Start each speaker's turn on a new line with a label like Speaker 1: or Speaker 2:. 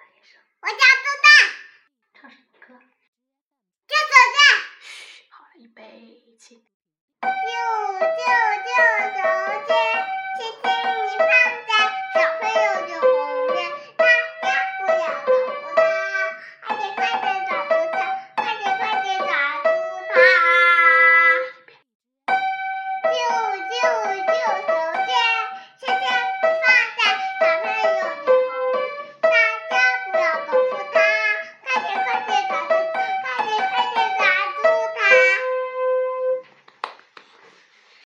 Speaker 1: 我叫豆豆，
Speaker 2: 唱什么歌？
Speaker 1: 就走这，
Speaker 2: 好了，预备起。
Speaker 1: 就就。